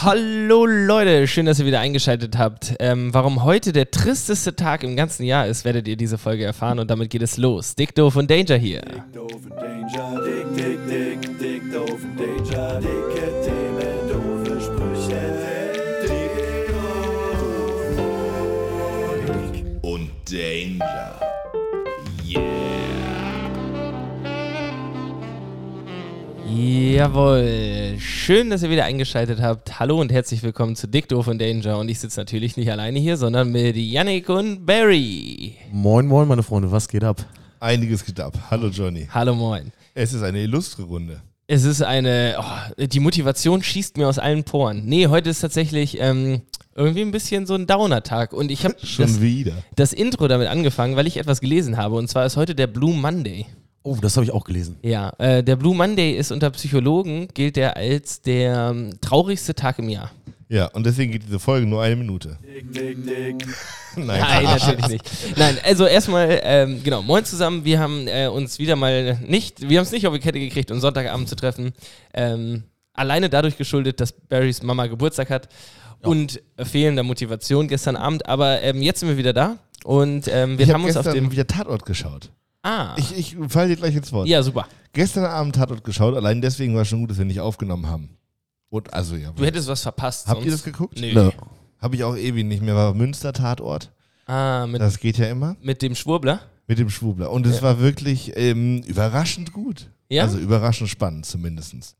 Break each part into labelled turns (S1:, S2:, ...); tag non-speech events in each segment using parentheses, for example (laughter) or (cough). S1: Hallo Leute, schön, dass ihr wieder eingeschaltet habt. Ähm, warum heute der tristeste Tag im ganzen Jahr ist, werdet ihr diese Folge erfahren und damit geht es los. Dick Doof und Danger hier.
S2: Dick, doof und Danger, dick, dick, dick, dick, doof und Danger, dicke Themen, doofe Sprüche, dick, doof. Dick und Danger.
S1: Jawohl, schön, dass ihr wieder eingeschaltet habt. Hallo und herzlich willkommen zu Dick Doof und Danger und ich sitze natürlich nicht alleine hier, sondern mit Yannick und Barry.
S3: Moin, moin, meine Freunde, was geht ab?
S4: Einiges geht ab. Hallo Johnny.
S1: Hallo moin.
S4: Es ist eine illustre Runde.
S1: Es ist eine, oh, die Motivation schießt mir aus allen Poren. Nee, heute ist tatsächlich ähm, irgendwie ein bisschen so ein Downer-Tag und ich habe
S4: Schon
S1: das,
S4: wieder.
S1: das Intro damit angefangen, weil ich etwas gelesen habe und zwar ist heute der Blue Monday.
S3: Oh, das habe ich auch gelesen.
S1: Ja, äh, der Blue Monday ist unter Psychologen, gilt der als der ähm, traurigste Tag im Jahr.
S4: Ja, und deswegen geht diese Folge nur eine Minute.
S2: Dick, dick, dick.
S4: (laughs) Nein.
S1: Nein, natürlich nicht. Nein, also erstmal, ähm, genau, moin zusammen. Wir haben äh, uns wieder mal nicht, wir haben es nicht auf die Kette gekriegt, uns Sonntagabend zu treffen. Ähm, alleine dadurch geschuldet, dass Barrys Mama Geburtstag hat und fehlender Motivation gestern Abend. Aber ähm, jetzt sind wir wieder da und ähm, wir
S4: ich
S1: haben uns auf
S4: gestern
S1: dem.
S4: wieder Tatort geschaut.
S1: Ah,
S4: Ich, ich falle dir gleich ins Wort.
S1: ja, super.
S4: Gestern Abend Tatort geschaut, allein deswegen war es schon gut, dass wir nicht aufgenommen haben. Und also ja.
S1: Du hättest was verpasst.
S4: Habt ihr das
S1: sonst.
S4: geguckt?
S1: Nö.
S3: Ne.
S4: Habe ich auch ewig nicht mehr. War Münster Tatort.
S1: Ah, mit,
S4: Das geht ja immer.
S1: mit dem Schwurbler.
S4: Mit dem Schwubler. Und es war wirklich ähm, überraschend gut.
S1: Ja?
S4: Also überraschend spannend zumindest.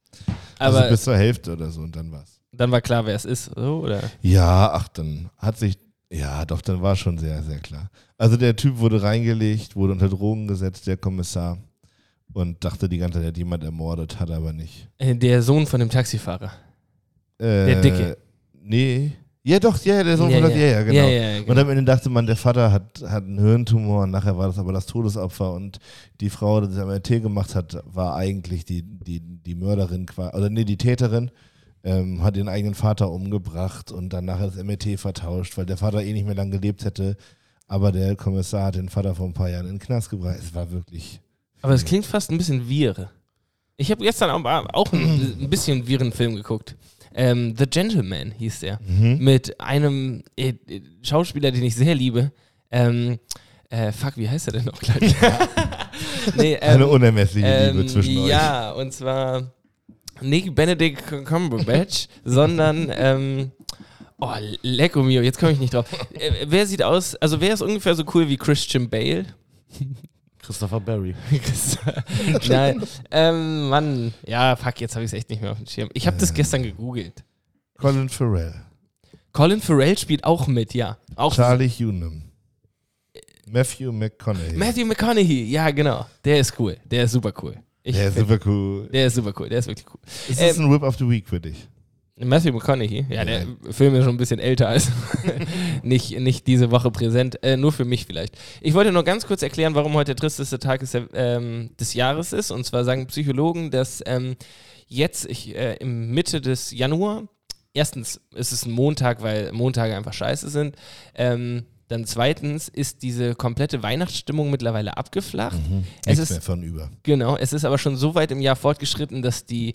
S1: Aber
S4: also bis zur Hälfte oder so und dann war's.
S1: dann war klar, wer es ist, so, oder?
S4: Ja, ach, dann hat sich. Ja, doch, dann war schon sehr, sehr klar. Also der Typ wurde reingelegt, wurde unter Drogen gesetzt, der Kommissar. Und dachte die ganze Zeit, er hat jemand ermordet, hat er aber nicht.
S1: Äh, Der Sohn von dem Taxifahrer.
S4: Äh,
S1: Der Dicke.
S4: Nee. Ja, doch, ja, der Sohn
S1: Ja,
S4: von der,
S1: ja.
S4: ja, ja, genau.
S1: Ja, ja, ja, genau.
S4: Und am Ende dachte man, der Vater hat, hat einen Hirntumor und nachher war das aber das Todesopfer und die Frau, die das MRT gemacht hat, war eigentlich die, die, die Mörderin, qua- oder nee, die Täterin, ähm, hat ihren eigenen Vater umgebracht und dann nachher das MRT vertauscht, weil der Vater eh nicht mehr lange gelebt hätte. Aber der Kommissar hat den Vater vor ein paar Jahren in den Knast gebracht. Es war wirklich.
S1: Aber es klingt fast ein bisschen Viren. Ich habe gestern aber auch ein, ein bisschen Virenfilm geguckt. Ähm, The Gentleman hieß der. Mit einem äh, äh, Schauspieler, den ich sehr liebe. Ähm, äh, fuck, wie heißt er denn noch (laughs) gleich? nee, ähm,
S4: Eine unermessliche Liebe
S1: ähm,
S4: zwischen euch.
S1: Ja, und zwar nicht Benedict Cumberbatch, sondern ähm, oh, Lecco mio, jetzt komme ich nicht drauf. Äh, wer sieht aus, also wer ist ungefähr so cool wie Christian Bale?
S3: Christopher Barry.
S1: (laughs) Nein, ähm, Mann, ja, fuck, jetzt habe ich es echt nicht mehr auf dem Schirm. Ich habe
S4: Äh.
S1: das gestern gegoogelt.
S4: Colin Farrell,
S1: Colin Farrell spielt auch mit, ja. Auch
S4: Charlie Hunnam, Matthew McConaughey.
S1: Matthew McConaughey, ja, genau. Der ist cool, der ist super cool. Ich
S4: der ist
S1: find-
S4: super cool.
S1: der ist super cool, der ist wirklich cool.
S4: Es
S1: Ähm,
S4: ist ein Whip of the Week für dich.
S1: Matthew McConaughey, ja, der Film ist schon ein bisschen älter als nicht, nicht diese Woche präsent, äh, nur für mich vielleicht. Ich wollte nur ganz kurz erklären, warum heute der tristeste Tag ist, ähm, des Jahres ist. Und zwar sagen Psychologen, dass ähm, jetzt, ich, äh, im Mitte des Januar, erstens ist es ein Montag, weil Montage einfach scheiße sind. Ähm, dann zweitens ist diese komplette Weihnachtsstimmung mittlerweile abgeflacht. Es
S4: Nichts
S1: ist
S4: mehr von über.
S1: Genau, es ist aber schon so weit im Jahr fortgeschritten, dass die,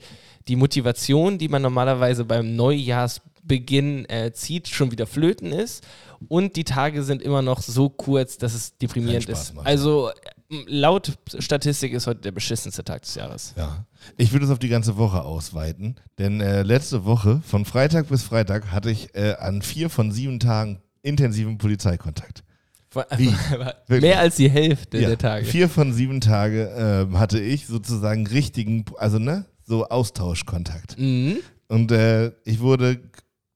S1: die Motivation, die man normalerweise beim Neujahrsbeginn äh, zieht, schon wieder flöten ist. Und die Tage sind immer noch so kurz, dass es deprimierend
S4: Keinen Spaß
S1: ist.
S4: macht.
S1: Also ähm, laut Statistik ist heute der beschissenste Tag des Jahres.
S4: Ja. Ich würde es auf die ganze Woche ausweiten, denn äh, letzte Woche, von Freitag bis Freitag, hatte ich äh, an vier von sieben Tagen intensiven Polizeikontakt.
S1: (laughs)
S4: Wie? Wirklich?
S1: Mehr als die Hälfte
S4: Ja.
S1: der Tage.
S4: Vier von sieben Tage ähm, hatte ich sozusagen richtigen, also ne, so Austauschkontakt.
S1: Mhm.
S4: Und äh, ich wurde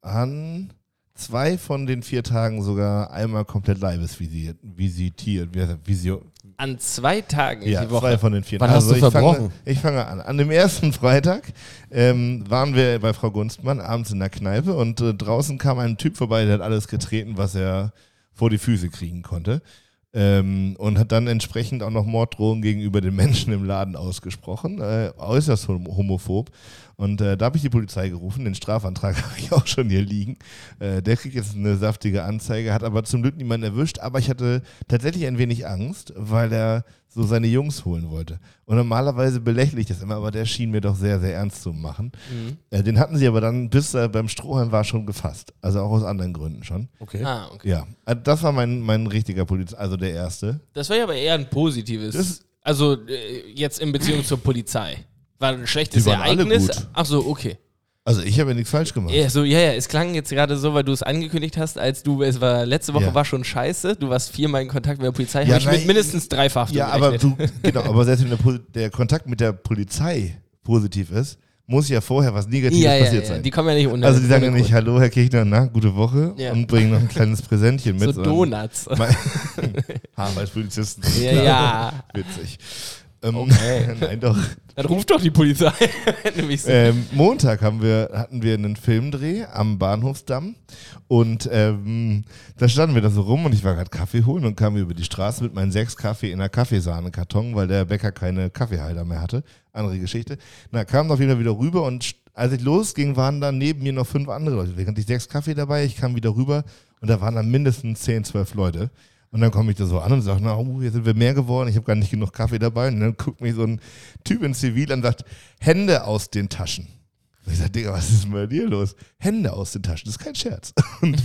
S4: an zwei von den vier Tagen sogar einmal komplett leibesvisitiert. Visitiert, wie heißt das? Visio,
S1: An zwei Tagen
S4: Ja,
S1: die Woche.
S4: zwei von den vier. Also
S3: Wann hast du
S4: ich
S3: verbrochen?
S4: Fange, ich fange an. An dem ersten (laughs) Freitag ähm, waren wir bei Frau Gunstmann abends in der Kneipe und äh, draußen kam ein Typ vorbei, der hat alles getreten, was er vor die Füße kriegen konnte. Ähm, und hat dann entsprechend auch noch Morddrohungen gegenüber den Menschen im Laden ausgesprochen, äh, äußerst hom homophob. Und äh, da habe ich die Polizei gerufen, den Strafantrag (laughs) habe ich auch schon hier liegen. Äh, der kriegt jetzt eine saftige Anzeige, hat aber zum Glück niemanden erwischt. Aber ich hatte tatsächlich ein wenig Angst, weil er so seine Jungs holen wollte. Und normalerweise belächle ich das immer, aber der schien mir doch sehr, sehr ernst zu machen. Äh, den hatten sie aber dann, bis er beim Strohhalm war, schon gefasst. Also auch aus anderen Gründen schon.
S3: Okay.
S1: Ah, okay.
S4: Ja, also das war mein, mein richtiger Polizist, also der erste.
S1: Das war ja aber eher ein positives.
S4: Das-
S1: also äh, jetzt in Beziehung zur Polizei. War ein schlechtes
S4: Die waren alle
S1: Ereignis.
S4: gut.
S1: Ach so, okay.
S4: Also ich habe ja nichts falsch gemacht.
S1: Ja, so, ja, ja, es klang jetzt gerade so, weil du es angekündigt hast, als du, es war, letzte Woche
S4: Ja.
S1: war schon scheiße, du warst viermal in Kontakt mit der Polizei,
S4: Ja,
S1: hab ich
S4: nein,
S1: mit mindestens drei Verhaftungen
S4: Ja, aber
S1: gerechnet.
S4: du, genau, aber selbst wenn der, Pol- der Kontakt mit der Polizei positiv ist, muss ja vorher was Negatives
S1: ja, ja,
S4: passiert
S1: ja,
S4: sein.
S1: die kommen ja nicht unter.
S4: also die sagen ja
S1: ohne
S4: nicht,
S1: Grund.
S4: hallo Herr Kirchner, na, gute Woche
S1: Ja.
S4: und bringen noch ein kleines Präsentchen mit.
S1: so
S4: sondern-
S1: Donuts.
S4: (laughs)
S1: (laughs)
S4: Mein- Haben als Polizisten.
S1: Ja,
S4: Klar.
S1: ja.
S4: (laughs) Witzig. Ähm,
S1: Okay.
S4: (laughs) Nein, doch.
S1: Dann ruft doch die Polizei. (laughs) Nämlich so.
S4: Ähm, Montag haben wir, hatten wir einen Filmdreh am Bahnhofsdamm und ähm, da standen wir da so rum und ich war gerade Kaffee holen und kam über die Straße mit meinen sechs Kaffee in einer Kaffeesahnekarton, weil der Bäcker keine Kaffeehalter mehr hatte. Andere Geschichte. Na, kam auf jeden Fall wieder rüber und st- als ich losging, waren da neben mir noch fünf andere Leute. Deswegen hatte ich sechs Kaffee dabei, ich kam wieder rüber und da waren dann mindestens zehn, zwölf Leute. Und dann komme ich da so an und sage, na, oh, jetzt sind wir mehr geworden, ich habe gar nicht genug Kaffee dabei. Und dann guckt mich so ein Typ in Zivil an und sagt, Hände aus den Taschen. Und ich sage, Digga, was ist denn bei dir los? Hände aus den Taschen, das ist kein Scherz. (laughs) Und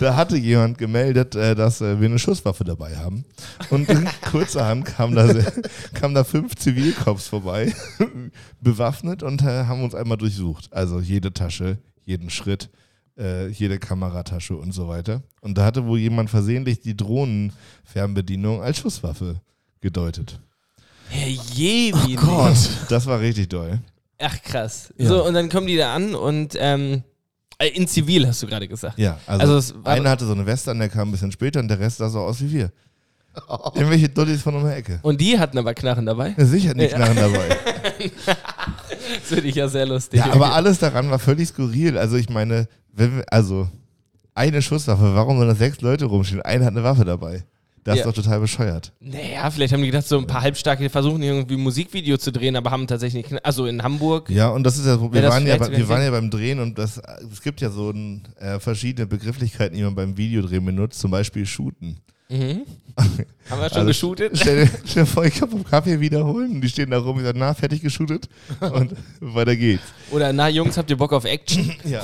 S4: da hatte jemand gemeldet, äh, dass äh, wir eine Schusswaffe dabei haben. Und kurzerhand kamen da, se- kamen da fünf Zivilcops vorbei, (laughs) bewaffnet und äh, haben uns einmal durchsucht. Also jede Tasche, jeden Schritt, äh, jede Kameratasche und so weiter. Und da hatte wohl jemand versehentlich die Drohnenfernbedienung als Schusswaffe gedeutet.
S1: Herr Jemini.
S4: Oh Das war richtig doll.
S1: Ach krass.
S3: Ja.
S1: So, und dann kommen die da an und ähm, äh, in Zivil hast du gerade gesagt.
S4: Ja,
S1: Also
S4: also,
S1: es war-
S4: einer hatte so eine Weste an, der kam ein bisschen später und der Rest sah so aus wie wir.
S1: Oh.
S4: Irgendwelche Dullis von um der Ecke.
S1: Und die hatten aber Knarren dabei. (laughs)
S4: Ja, Sicher nicht
S1: Ja. (laughs)
S4: Knarren dabei.
S1: Das finde ich ja sehr lustig.
S4: Ja, aber alles daran war völlig skurril. Also ich meine, wenn wir, also eine Schusswaffe, warum sollen da sechs Leute rumstehen? Einer hat eine Waffe dabei. Das
S1: Ja.
S4: ist doch total bescheuert.
S1: naja, vielleicht haben die gedacht, so ein paar Halbstarke versuchen irgendwie ein Musikvideo zu drehen, aber haben tatsächlich Knarren. Also in Hamburg.
S4: Ja, und das ist ja, wir,
S1: Wäre das
S4: waren ja,
S1: vielleicht
S4: bei- wir
S1: sogar
S4: waren ja beim Drehen und das, es gibt ja so ein, äh, verschiedene Begrifflichkeiten, die man beim Videodrehen benutzt, zum Beispiel shooten.
S1: Mhm. haben wir schon
S4: Also-
S1: geshootet?
S4: Stell dir, (laughs) stell dir vor, ich kann vom Kaffee wiederholen und die stehen da rum und sagen, na, fertig geshootet und weiter
S1: (laughs)
S4: geht's.
S1: Oder na Jungs, habt ihr Bock auf Action?
S4: Ja.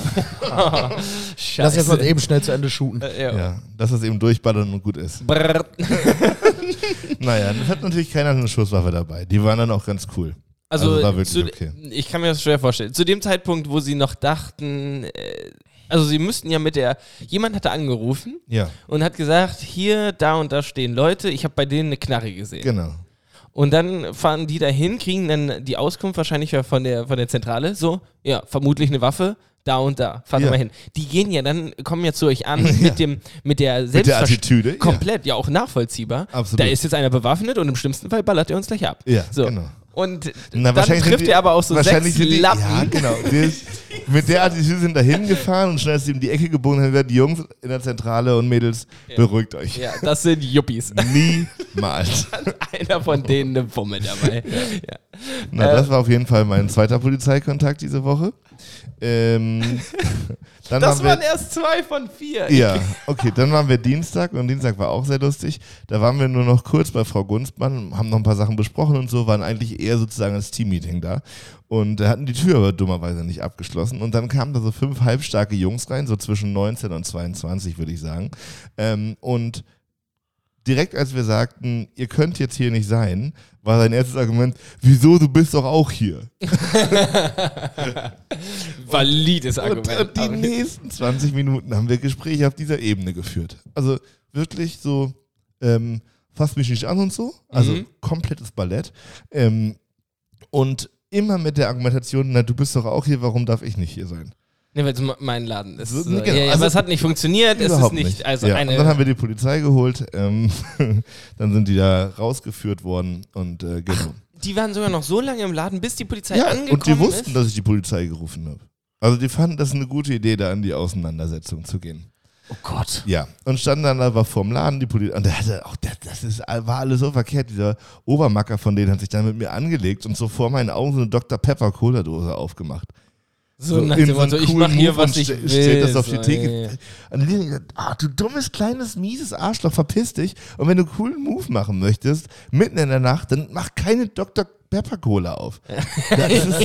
S1: Scheiße.
S3: Lass jetzt mal eben schnell zu Ende shooten.
S1: Äh, ja.
S4: ja, dass das eben durchballern und gut ist.
S1: Brrr.
S4: Naja, das hat natürlich keiner eine Schusswaffe dabei. Die waren dann auch ganz cool.
S1: Also,
S4: Also war wirklich
S1: zu,
S4: okay.
S1: ich kann mir das schwer vorstellen. Zu dem Zeitpunkt, wo sie noch dachten, äh, also sie müssten ja mit der, jemand hatte angerufen
S4: Ja,
S1: und hat gesagt, hier, da und da stehen Leute, ich habe bei denen eine Knarre gesehen.
S4: genau.
S1: Und dann fahren die dahin, kriegen dann die Auskunft wahrscheinlich ja von der, von der Zentrale, so, ja, vermutlich eine Waffe, da und da, fahrt
S4: Ja.
S1: mal hin. Die gehen ja dann, kommen ja zu euch
S4: (laughs)
S1: an mit, dem, mit der
S4: Mit der
S1: Selbstverständlichkeit.
S4: Attitüde.
S1: Komplett, ja. auch nachvollziehbar.
S4: Absolut.
S1: Da ist jetzt einer bewaffnet und im schlimmsten Fall ballert er uns gleich ab.
S4: Ja,
S1: so.
S4: genau.
S1: Und
S4: Na,
S1: dann
S4: wahrscheinlich sind
S1: trifft
S4: die-
S1: er aber auch so
S4: wahrscheinlich
S1: sechs
S4: sind die,
S1: Lappen.
S4: Ja, genau. Die, mit der Attitüde sind da hingefahren und schnell ist sie um die Ecke gebogen und haben gesagt, die Jungs in der Zentrale und Mädels, beruhigt euch.
S1: Ja, das sind
S4: (laughs)
S1: Yuppies.
S4: Niemals.
S1: Einer von denen eine Wumme dabei. Ja.
S4: Na,
S1: Äh,
S4: das war auf jeden Fall mein zweiter Polizeikontakt diese Woche.
S1: (laughs)
S4: Ähm, dann
S1: Das
S4: haben wir,
S1: waren erst zwei von vier.
S4: Ja, okay, dann waren wir Dienstag und Dienstag war auch sehr lustig. Da waren wir nur noch kurz bei Frau Gunstmann, haben noch ein paar Sachen besprochen und so, waren eigentlich eher sozusagen als Teammeeting da und hatten die Tür aber dummerweise nicht abgeschlossen. Und dann kamen da so fünf halbstarke Jungs rein, so zwischen 19 und 22, würde ich sagen. Ähm, und direkt als wir sagten, ihr könnt jetzt hier nicht sein, war sein erstes Argument, wieso, du bist doch auch hier.
S1: Valides
S4: Und,
S1: Argument.
S4: und die
S1: Aber-
S4: nächsten 20 Minuten haben wir Gespräche auf dieser Ebene geführt. Also wirklich so, ähm, fass mich nicht an und so. Also
S1: Mhm.
S4: komplettes Ballett. Ähm, und immer mit der Argumentation, na, du bist doch auch hier, warum darf ich nicht hier sein?
S1: Nee, weil es me- mein Laden ist.
S4: So,
S1: So,
S4: genau,
S1: ja, ja,
S4: also
S1: aber es hat nicht funktioniert, es ist
S4: Überhaupt
S1: nicht. Also
S4: ja.
S1: eine.
S4: und dann haben wir die Polizei geholt, ähm, (laughs) dann sind die da rausgeführt worden und äh, genau.
S1: die waren sogar noch so lange im Laden, bis die Polizei
S4: Ja,
S1: angekommen
S4: und die wussten,
S1: ist.
S4: dass ich die Polizei gerufen habe. Also die fanden das eine gute Idee, da an die Auseinandersetzung zu gehen.
S3: Oh Gott.
S4: Ja, und stand dann aber vorm Laden, die Polizei, und der hatte auch, das, das ist, war alles so verkehrt, dieser Obermacker von denen hat sich dann mit mir angelegt und so vor meinen Augen so eine Dr. Pepper Cola Dose aufgemacht.
S1: So nach
S4: in
S1: dem
S4: einem
S1: Motto, ich mach
S4: coolen
S1: hier,
S4: Move
S1: was
S4: und
S1: ich
S4: ste-
S1: will.
S4: stellt das auf die
S1: So,
S4: Theke.
S1: ja, ja.
S4: Und Lilly sagt, ah, du dummes, kleines, mieses Arschloch, verpiss dich. Und wenn du einen coolen Move machen möchtest, mitten in der Nacht, dann mach keine Dr. Pepper Cola auf. Das
S1: (laughs)
S4: ist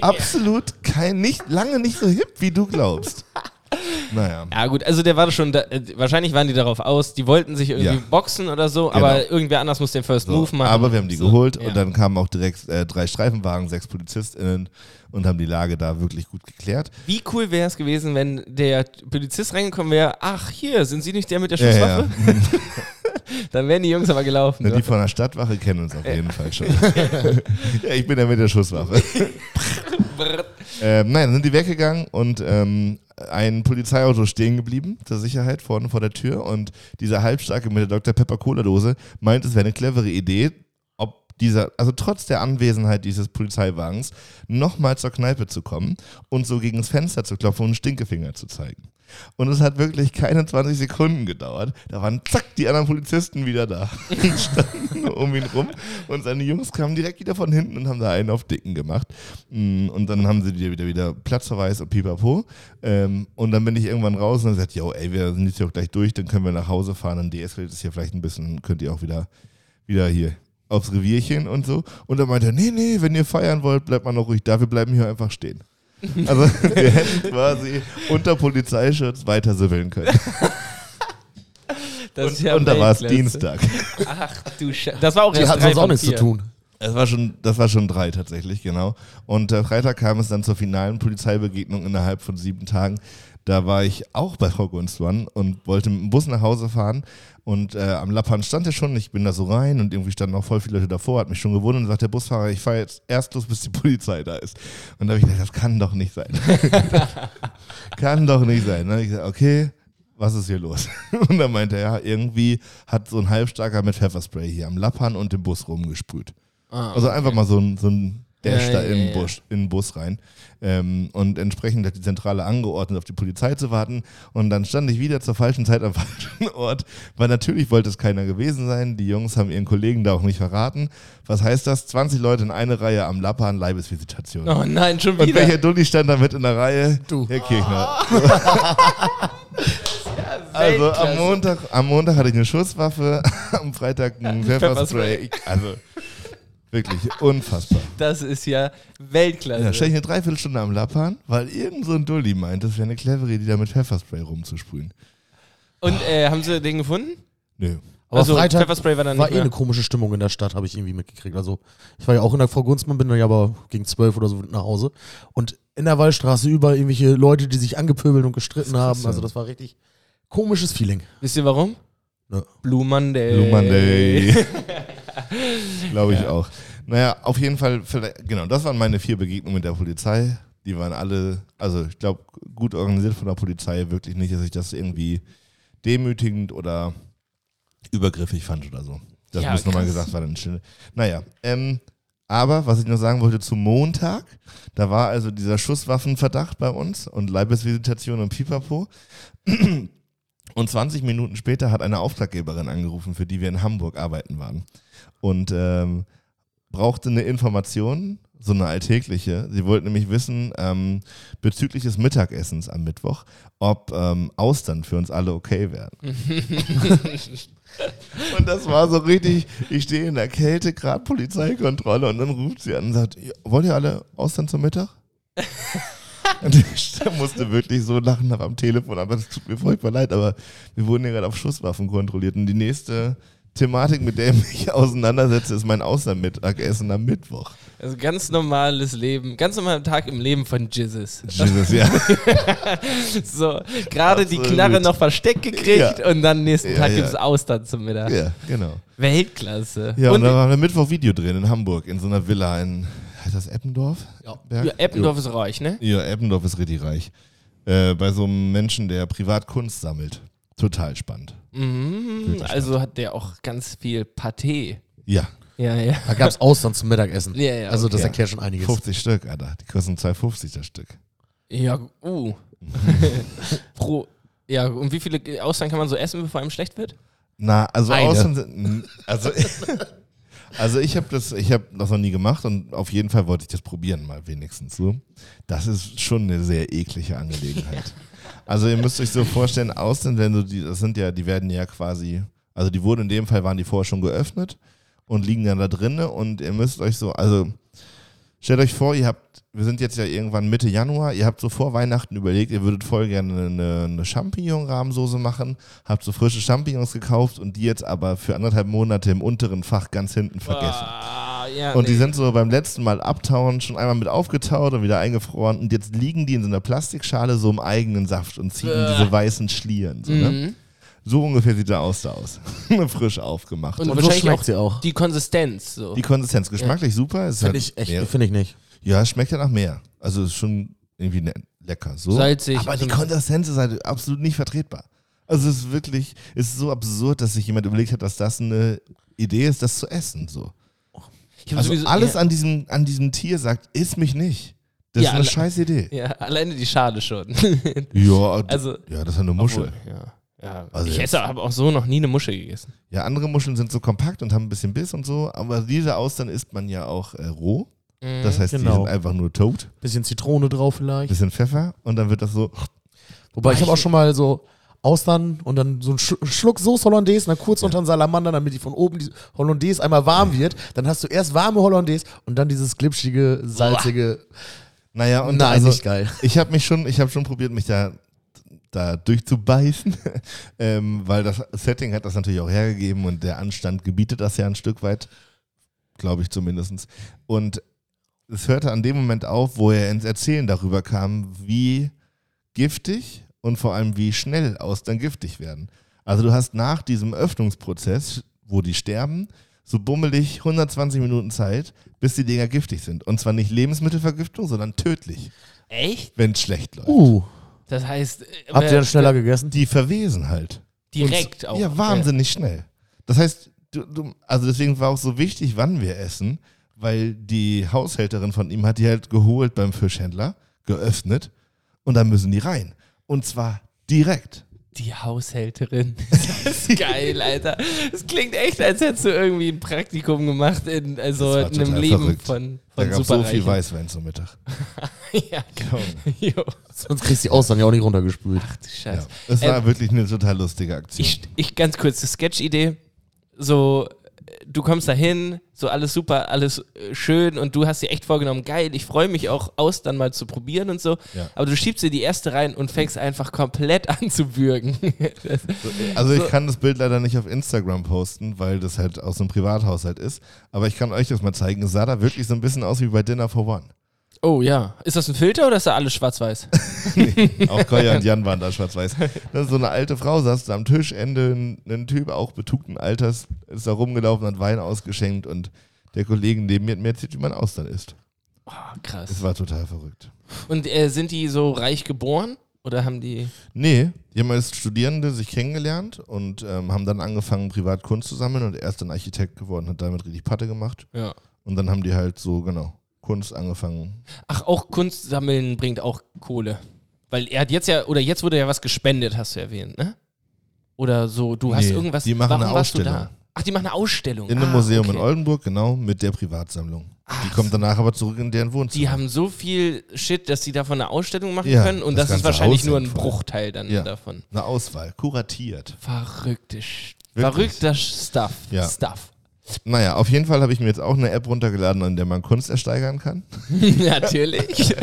S4: absolut kein, nicht, lange nicht so hip, wie du glaubst. Naja.
S1: Ja, gut, also der war schon, da, äh, wahrscheinlich waren die darauf aus, die wollten sich irgendwie
S4: Ja. Genau.
S1: boxen oder so, aber irgendwer anders muss den First
S4: So,
S1: Move machen.
S4: aber wir haben die
S1: So,
S4: geholt
S1: ja.
S4: und dann kamen auch direkt äh, drei Streifenwagen, sechs PolizistInnen und haben die Lage da wirklich gut geklärt.
S1: Wie cool wäre es gewesen, wenn der Polizist reingekommen wäre, ach, hier, sind Sie nicht der mit der
S4: Ja,
S1: Schusswaffe?
S4: ja.
S1: Dann wären die Jungs aber gelaufen.
S4: Na,
S1: so.
S4: die von der Stadtwache kennen uns auf jeden
S1: (laughs)
S4: Fall schon. ja, ich bin ja mit der Schusswaffe.
S1: Brrr.
S4: Ähm, nein, dann sind die weggegangen und ähm, ein Polizeiauto stehen geblieben, zur Sicherheit, vorne vor der Tür. Und dieser Halbstarke mit der Dr. Pepper Cola Dose meint, es wäre eine clevere Idee, ob dieser, also trotz der Anwesenheit dieses Polizeiwagens, nochmal zur Kneipe zu kommen und so gegen das Fenster zu klopfen und einen Stinkefinger zu zeigen. Und es hat wirklich keine 20 Sekunden gedauert. Da waren zack die anderen Polizisten wieder da. Und standen (laughs) um ihn rum. Und seine Jungs kamen direkt wieder von hinten und haben da einen auf Dicken gemacht. Mm, Und dann haben sie dir wieder, wieder Platzverweis und pipapo. Ähm, und dann bin ich irgendwann raus und habe gesagt: Yo, ey, wir sind jetzt hier auch gleich durch, dann können wir nach Hause fahren. Dann deeskaliert es hier vielleicht ein bisschen, könnt ihr auch wieder, wieder hier aufs Revierchen und so. Und dann meinte er: Nee, nee, wenn ihr feiern wollt, bleibt man noch ruhig da. Wir bleiben hier einfach stehen.
S1: (laughs)
S4: Also (laughs) wir hätten quasi unter Polizeischutz weiter sibbeln können.
S1: Das ist
S4: Und,
S1: ja
S4: und da war es
S1: Weltklasse.
S4: Dienstag.
S1: Ach du Scheiße. Das war auch
S3: Die
S1: erst
S3: hatten
S1: drei
S3: sonst auch
S1: von
S3: nichts zu
S1: vier.
S3: tun.
S4: Es war schon, das war schon drei tatsächlich, genau. Und äh, Freitag kam es dann zur finalen Polizeibegegnung innerhalb von sieben Tagen. Da war ich auch bei Frau Gunstmann und wollte mit dem Bus nach Hause fahren. Und äh, am Lappan stand er schon, ich bin da so rein und irgendwie standen auch voll viele Leute davor, hat mich schon gewundert und sagt der Busfahrer, ich fahre jetzt erst los, bis die Polizei da ist. Und da habe ich gedacht, das kann doch nicht sein. (laughs) kann doch nicht sein. Dann habe ich gesagt, okay, was ist hier los? (laughs) Und dann meinte er, ja, irgendwie hat so ein Halbstarker mit Pfefferspray hier am Lappan und im Bus rumgesprüht.
S1: Ah.
S4: Also einfach mal so ein, so ein Dash
S1: Ja,
S4: da
S1: ja,
S4: in, den
S1: ja.
S4: Busch, in den Bus rein. Ähm, und entsprechend hat die Zentrale angeordnet, auf die Polizei zu warten. Und dann stand ich wieder zur falschen Zeit am (laughs) falschen Ort, weil natürlich wollte es keiner gewesen sein. Die Jungs haben ihren Kollegen da auch nicht verraten. Was heißt das? 20 Leute in eine Reihe am Lappan, Leibesvisitation.
S1: Oh nein, schon
S4: und
S1: wieder. Ah,
S4: welcher Dulli stand da mit in der Reihe? Du. Herr Kirchner. Also am
S1: Weltklasse.
S4: Montag, am Montag hatte ich eine Schusswaffe, (laughs) am Freitag ein Pfefferspray. Ich- Also wirklich unfassbar.
S1: Das ist ja Weltklasse.
S4: Da stand Äh, ich eine Dreiviertelstunde am Lappern, weil irgend so ein Dulli meint, das wäre eine clevere Idee, da mit Pfefferspray rumzusprühen.
S1: Und äh, haben sie den gefunden?
S4: Nö.
S3: Aber
S1: also
S3: Freitag
S1: Pfefferspray war dann
S3: War
S1: nicht
S3: eh
S1: mehr.
S3: eine komische Stimmung in der Stadt, habe ich irgendwie mitgekriegt. Also ich war ja auch in der Frau Gunstmann, bin dann ja aber gegen zwölf oder so nach Hause. Und in der Wallstraße überall irgendwelche Leute, die sich angepöbelt und gestritten haben. Also das war richtig komisches Feeling.
S1: Wisst ihr warum?
S3: Ne.
S1: Blue Monday.
S4: Blue Monday. Glaube ich auch. Naja, auf jeden Fall, vielleicht, genau, das waren meine vier Begegnungen mit der Polizei. Die waren alle, also ich glaube, gut organisiert von der Polizei. Wirklich nicht, dass ich das irgendwie demütigend oder übergriffig fand oder so. Das
S1: Ja,
S4: muss nochmal
S1: krass.
S4: gesagt werden. Entschuldigung. Naja, ähm, aber was ich noch sagen wollte zu Montag, da war also dieser Schusswaffenverdacht bei uns und Leibesvisitation und Pipapo. (clears throat) Und 20 Minuten später hat eine Auftraggeberin angerufen, für die wir in Hamburg arbeiten waren. Und ähm, brauchte eine Information, so eine alltägliche. Sie wollte nämlich wissen, ähm, bezüglich des Mittagessens am Mittwoch, ob ähm, Austern für uns alle okay wären. und das war so richtig, ich stehe in der Kälte, gerade Polizeikontrolle und dann ruft sie an und sagt, "Ja, wollt ihr alle Austern zum Mittag? Und ich musste wirklich so lachen hab am Telefon, aber das tut mir furchtbar leid, aber wir wurden ja gerade auf Schusswaffen kontrolliert. Und die nächste Thematik, mit der ich mich (laughs) auseinandersetze, ist mein Außermittagessen am Mittwoch.
S1: Also ganz normales Leben, ganz normaler Tag im Leben von Jizzes.
S4: Jesus, ja.
S1: So, gerade die
S4: Absolut.
S1: Knarre noch versteckt gekriegt
S4: Ja.
S1: und dann nächsten
S4: Ja,
S1: Tag
S4: ja.
S1: gibt's Austern zum Mittag.
S4: ja, genau.
S1: Weltklasse.
S4: Ja, und, da
S1: ja,
S4: waren wir Mittwoch Video drehen in Hamburg, in so einer Villa in, heißt das Eppendorf? Ja.
S1: Eppendorf ist reich, ne?
S4: Ja, Eppendorf ist richtig reich. Äh, bei so einem Menschen, der privat Kunst sammelt. Total spannend.
S1: Mhm, also hat der auch ganz viel Paté.
S4: Ja,
S1: Ja, ja. (laughs)
S3: Da gab es Austern zum Mittagessen.
S1: Ja, ja,
S3: also das
S4: okay.
S3: erklärt schon einiges.
S4: 50 Stück, Alter. Die kosten 2,50 das Stück.
S1: Ja,
S4: (laughs)
S1: uh. Pro. Ja, und wie viele Austern kann man so essen, bevor einem schlecht wird?
S4: Na,
S1: (laughs)
S4: also
S3: Eine.
S4: außen sind, also, Also ich habe das, ich habe das noch nie gemacht und auf jeden Fall wollte ich das probieren mal wenigstens so. Das ist schon eine sehr eklige Angelegenheit. Also ihr müsst euch so vorstellen, außen, wenn du die, das sind ja, die werden ja quasi, also die wurden in dem Fall waren die vorher schon geöffnet und liegen dann da drinne und ihr müsst euch so, also stellt euch vor, ihr habt, wir sind jetzt ja irgendwann Mitte Januar, ihr habt so vor Weihnachten überlegt, ihr würdet voll gerne eine, eine Champignon-Rahmsoße machen, habt so frische Champignons gekauft und die jetzt aber für anderthalb Monate im unteren Fach ganz hinten vergessen.
S1: Ah, ja,
S4: Und die
S1: nee.
S4: sind so beim letzten Mal abtauen, schon einmal mit aufgetaut und wieder eingefroren. Und jetzt liegen die in so einer Plastikschale so im eigenen Saft und ziehen
S1: Bäh. Mhm.
S4: diese weißen Schlieren. So, ne? so ungefähr sieht der Auster aus. (laughs) Frisch aufgemacht.
S1: Und,
S3: Und so
S1: wahrscheinlich
S3: schmeckt
S1: auch,
S3: sie auch.
S1: die Konsistenz. So.
S4: die Konsistenz geschmacklich super. Es
S3: Finde
S4: hat
S3: ich echt,
S4: mehr-
S3: finde ich nicht.
S4: Ja, schmeckt ja nach mehr. Also ist schon irgendwie ne, lecker. So.
S1: Salzig.
S4: Aber die Konsistenz ist halt absolut nicht vertretbar. Also es ist wirklich, es ist so absurd, dass sich jemand überlegt hat, dass das eine Idee ist, das zu essen. So.
S1: Ich hab
S4: Also
S1: sowieso-
S4: alles
S1: ja.
S4: an, diesem, an diesem Tier sagt, iss mich nicht. Das
S1: Ja,
S4: ist eine
S1: alle-
S4: scheiß Idee.
S1: Ja, alleine die Schale
S4: (laughs)
S1: schon.
S4: Ja, d-
S1: Also-
S4: ja, das ist eine Muschel.
S1: Ja. Ja.
S4: Also
S1: ich
S4: jetzt-
S1: esse, habe auch so noch nie eine Muschel gegessen.
S4: Ja, andere Muscheln sind so kompakt und haben ein bisschen Biss und so, aber diese Austern isst man ja auch äh, roh.
S1: Mhm,
S4: Das heißt, die
S3: Genau.
S4: sind einfach nur tot,
S3: Bisschen Zitrone drauf vielleicht.
S4: bisschen Pfeffer und dann wird das so.
S3: Wobei ich habe auch schon mal so Austern und dann so einen Sch Schluck Soße Hollandaise, dann kurz unter den Salamander, damit die von oben die Hollandaise einmal warm wird. Dann hast du erst warme Hollandaise und dann dieses glitschige, salzige.
S4: Naja, und
S3: Nein,
S4: also,
S3: nicht geil.
S4: Ich habe mich schon, ich habe schon probiert, mich da, da durchzubeißen, (laughs) ähm, weil das Setting hat das natürlich auch hergegeben und der Anstand gebietet das ja ein Stück weit, glaube ich zumindest. Und es hörte an dem Moment auf, wo er ins Erzählen darüber kam, wie giftig und vor allem wie schnell Austern giftig werden. Also du hast nach diesem Öffnungsprozess, wo die sterben, so bummelig 120 Minuten Zeit, bis die Dinger giftig sind. Und zwar nicht Lebensmittelvergiftung, sondern tödlich
S1: Echt?
S4: wenn es schlecht läuft.
S3: Uh,
S1: Das heißt, äh,
S3: habt ihr dann schneller gegessen?
S4: Die verwesen halt.
S1: direkt auch.
S4: Ja, wahnsinnig schnell. Das heißt, du, du, also deswegen war auch so wichtig, wann wir essen, weil die Haushälterin von ihm hat die halt geholt beim Fischhändler, geöffnet und dann müssen die rein. Und zwar direkt.
S1: Die Haushälterin. (laughs) Das ist geil, Alter. Das klingt echt, als hättest du irgendwie ein Praktikum gemacht in also
S4: Das war
S1: in einem
S4: total
S1: Leben
S4: verrückt.
S1: von,
S4: Da
S1: von
S4: gab so viel
S1: Superreichen.
S4: Weißwein
S1: (laughs)
S4: zum Mittag.
S1: ja, jo.
S3: Sonst kriegst du die Austern ja auch nicht runtergespült.
S1: Ach du
S4: Ja.
S1: Scheiße.
S4: Es
S1: Ähm,
S4: war wirklich eine total lustige Aktion.
S1: Ich, ich ganz kurz, die Sketch-Idee. So, äh, du kommst dahin, so alles super, alles äh, schön und du hast dir echt vorgenommen, geil, ich freue mich auch aus, dann mal zu probieren und so.
S4: Ja.
S1: Aber du schiebst dir die erste rein und fängst einfach komplett (laughs) an zu würgen. Das-
S4: Also ich
S1: äh, So-
S4: kann das Bild leider nicht auf Instagram posten, weil das halt aus einem Privathaushalt ist. Aber ich kann euch das mal zeigen. Es sah da wirklich so ein bisschen aus wie bei Dinner for One.
S1: oh ja. Ist das ein Filter oder ist da alles schwarz-weiß?
S4: Auch Koya und Jan waren da schwarz-weiß. Das ist so eine alte Frau, saß da am Tischende, ein, ein Typ auch betugten Alters, ist da rumgelaufen, hat Wein ausgeschenkt und der Kollege neben mir hat mir erzählt, wie man Austern isst.
S1: Oh, krass.
S4: Das war total verrückt.
S1: Und äh, sind die so reich geboren? Oder haben die.
S4: Nee, die haben als Studierende sich kennengelernt und ähm, haben dann angefangen, privat Kunst zu sammeln und er ist dann Architekt geworden, hat damit richtig Patte gemacht.
S1: Ja.
S4: Und dann haben die halt so, genau, Kunst angefangen.
S1: Ach, auch Kunst sammeln bringt auch Kohle. Weil er hat jetzt ja, oder jetzt wurde ja was gespendet, hast du erwähnt, ne? Oder so, du hast
S4: Nee,
S1: irgendwas.
S4: die machen
S1: warum
S4: eine
S1: warst du da?
S4: Ausstellung.
S1: Ach, die machen eine Ausstellung.
S4: In
S1: ah,
S4: einem Museum in
S1: okay.
S4: Oldenburg, genau, mit der Privatsammlung. die kommt danach aber zurück in deren Wohnzimmer.
S1: Die haben so viel Shit, dass sie davon eine Ausstellung machen
S4: Ja,
S1: können und das,
S4: das
S1: ist
S4: ganze
S1: wahrscheinlich
S4: Haus
S1: nur ein
S4: hängt voll.
S1: Bruchteil dann
S4: Ja.
S1: davon.
S4: eine Auswahl, kuratiert.
S1: Verrückte Sch
S4: Wirklich?
S1: Verrückter Stuff.
S4: Ja.
S1: Stuff. (laughs)
S4: Naja, auf jeden Fall habe ich mir jetzt auch eine App runtergeladen, an der man Kunst ersteigern kann, (laughs)
S1: Natürlich.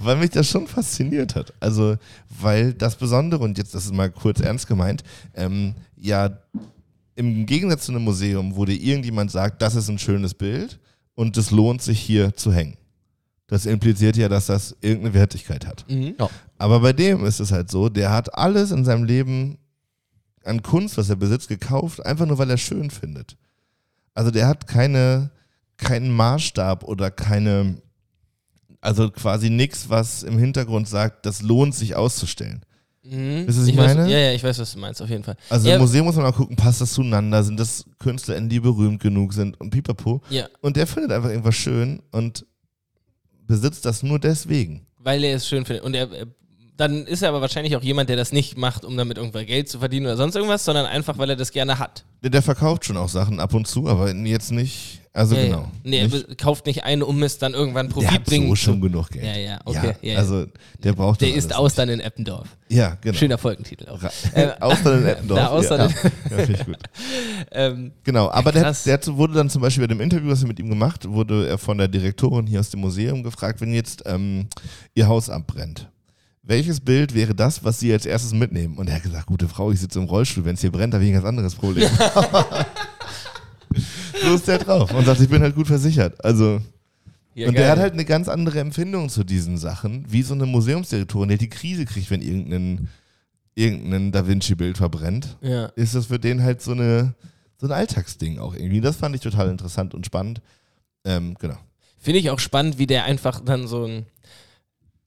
S4: weil mich das schon fasziniert hat. Also, weil das Besondere, und jetzt das ist mal kurz ernst gemeint, ähm, ja, im Gegensatz zu einem Museum, wo dir irgendjemand sagt, das ist ein schönes Bild und es lohnt sich hier zu hängen. Das impliziert ja, dass das irgendeine Wertigkeit hat.
S1: mhm.
S4: Aber bei dem ist es halt so, der hat alles in seinem Leben an Kunst, was er besitzt, gekauft, einfach nur weil er schön findet. Also der hat keine, keinen Maßstab oder keine, also quasi nichts, was im Hintergrund sagt, das lohnt sich auszustellen.
S1: Mhm.
S4: Wisst ihr, was ich
S1: weiß,
S4: meine?
S1: Ja, ja, ich weiß, was du meinst, auf jeden Fall.
S4: Also
S1: ja,
S4: im Museum muss man mal gucken, passt das zueinander, sind das KünstlerInnen, die berühmt genug sind und pipapo.
S1: ja,
S4: Und der findet einfach irgendwas schön und besitzt das nur deswegen.
S1: weil er es schön findet. Und er äh, dann ist er aber wahrscheinlich auch jemand, der das nicht macht, um damit irgendwann Geld zu verdienen oder sonst irgendwas, sondern einfach, weil er das gerne hat.
S4: Der, der verkauft schon auch Sachen ab und zu, aber jetzt nicht. Also
S1: Ja,
S4: genau.
S1: ja. Nee, er
S4: nicht,
S1: be- kauft nicht ein, um es dann irgendwann
S4: der
S1: Profit
S4: hat
S1: bringen
S4: so
S1: zu
S4: schon genug Geld.
S1: Ja, ja, okay, ja, ja.
S4: Also der braucht
S1: Der
S4: das
S1: ist
S4: alles
S1: aus dann in Eppendorf.
S4: nicht. Ja, genau.
S1: Schöner Folgentitel auch.
S4: Ra-
S1: (laughs)
S4: äh,
S1: Ähm,
S4: Austern in Eppendorf.
S1: Na, Austern
S4: ja.
S1: in-
S4: ja, finde ich gut.
S1: Ähm,
S4: Genau, aber der,
S1: krass.
S4: hat- der hat- wurde dann zum Beispiel bei dem Interview, was wir mit ihm gemacht, wurde er von der Direktorin hier aus dem Museum gefragt, wenn jetzt ähm, ihr Haus abbrennt, welches Bild wäre das, was sie als erstes mitnehmen? Und er hat gesagt, gute Frau, ich sitze im Rollstuhl, wenn es hier brennt, habe ich ein ganz anderes
S1: (laughs)
S4: Problem. so ist der drauf und sagt, ich bin halt gut versichert. Also
S1: ja,
S4: und
S1: geil.
S4: der hat halt eine ganz andere Empfindung zu diesen Sachen, wie so eine Museumsdirektorin, die halt die Krise kriegt, wenn irgendein, irgendein Da Vinci-Bild verbrennt.
S1: Ja.
S4: Ist das für den halt so, eine, so ein Alltagsding auch irgendwie. Das fand ich total interessant und spannend. Ähm, genau.
S1: Finde ich auch spannend, wie der einfach dann so ein,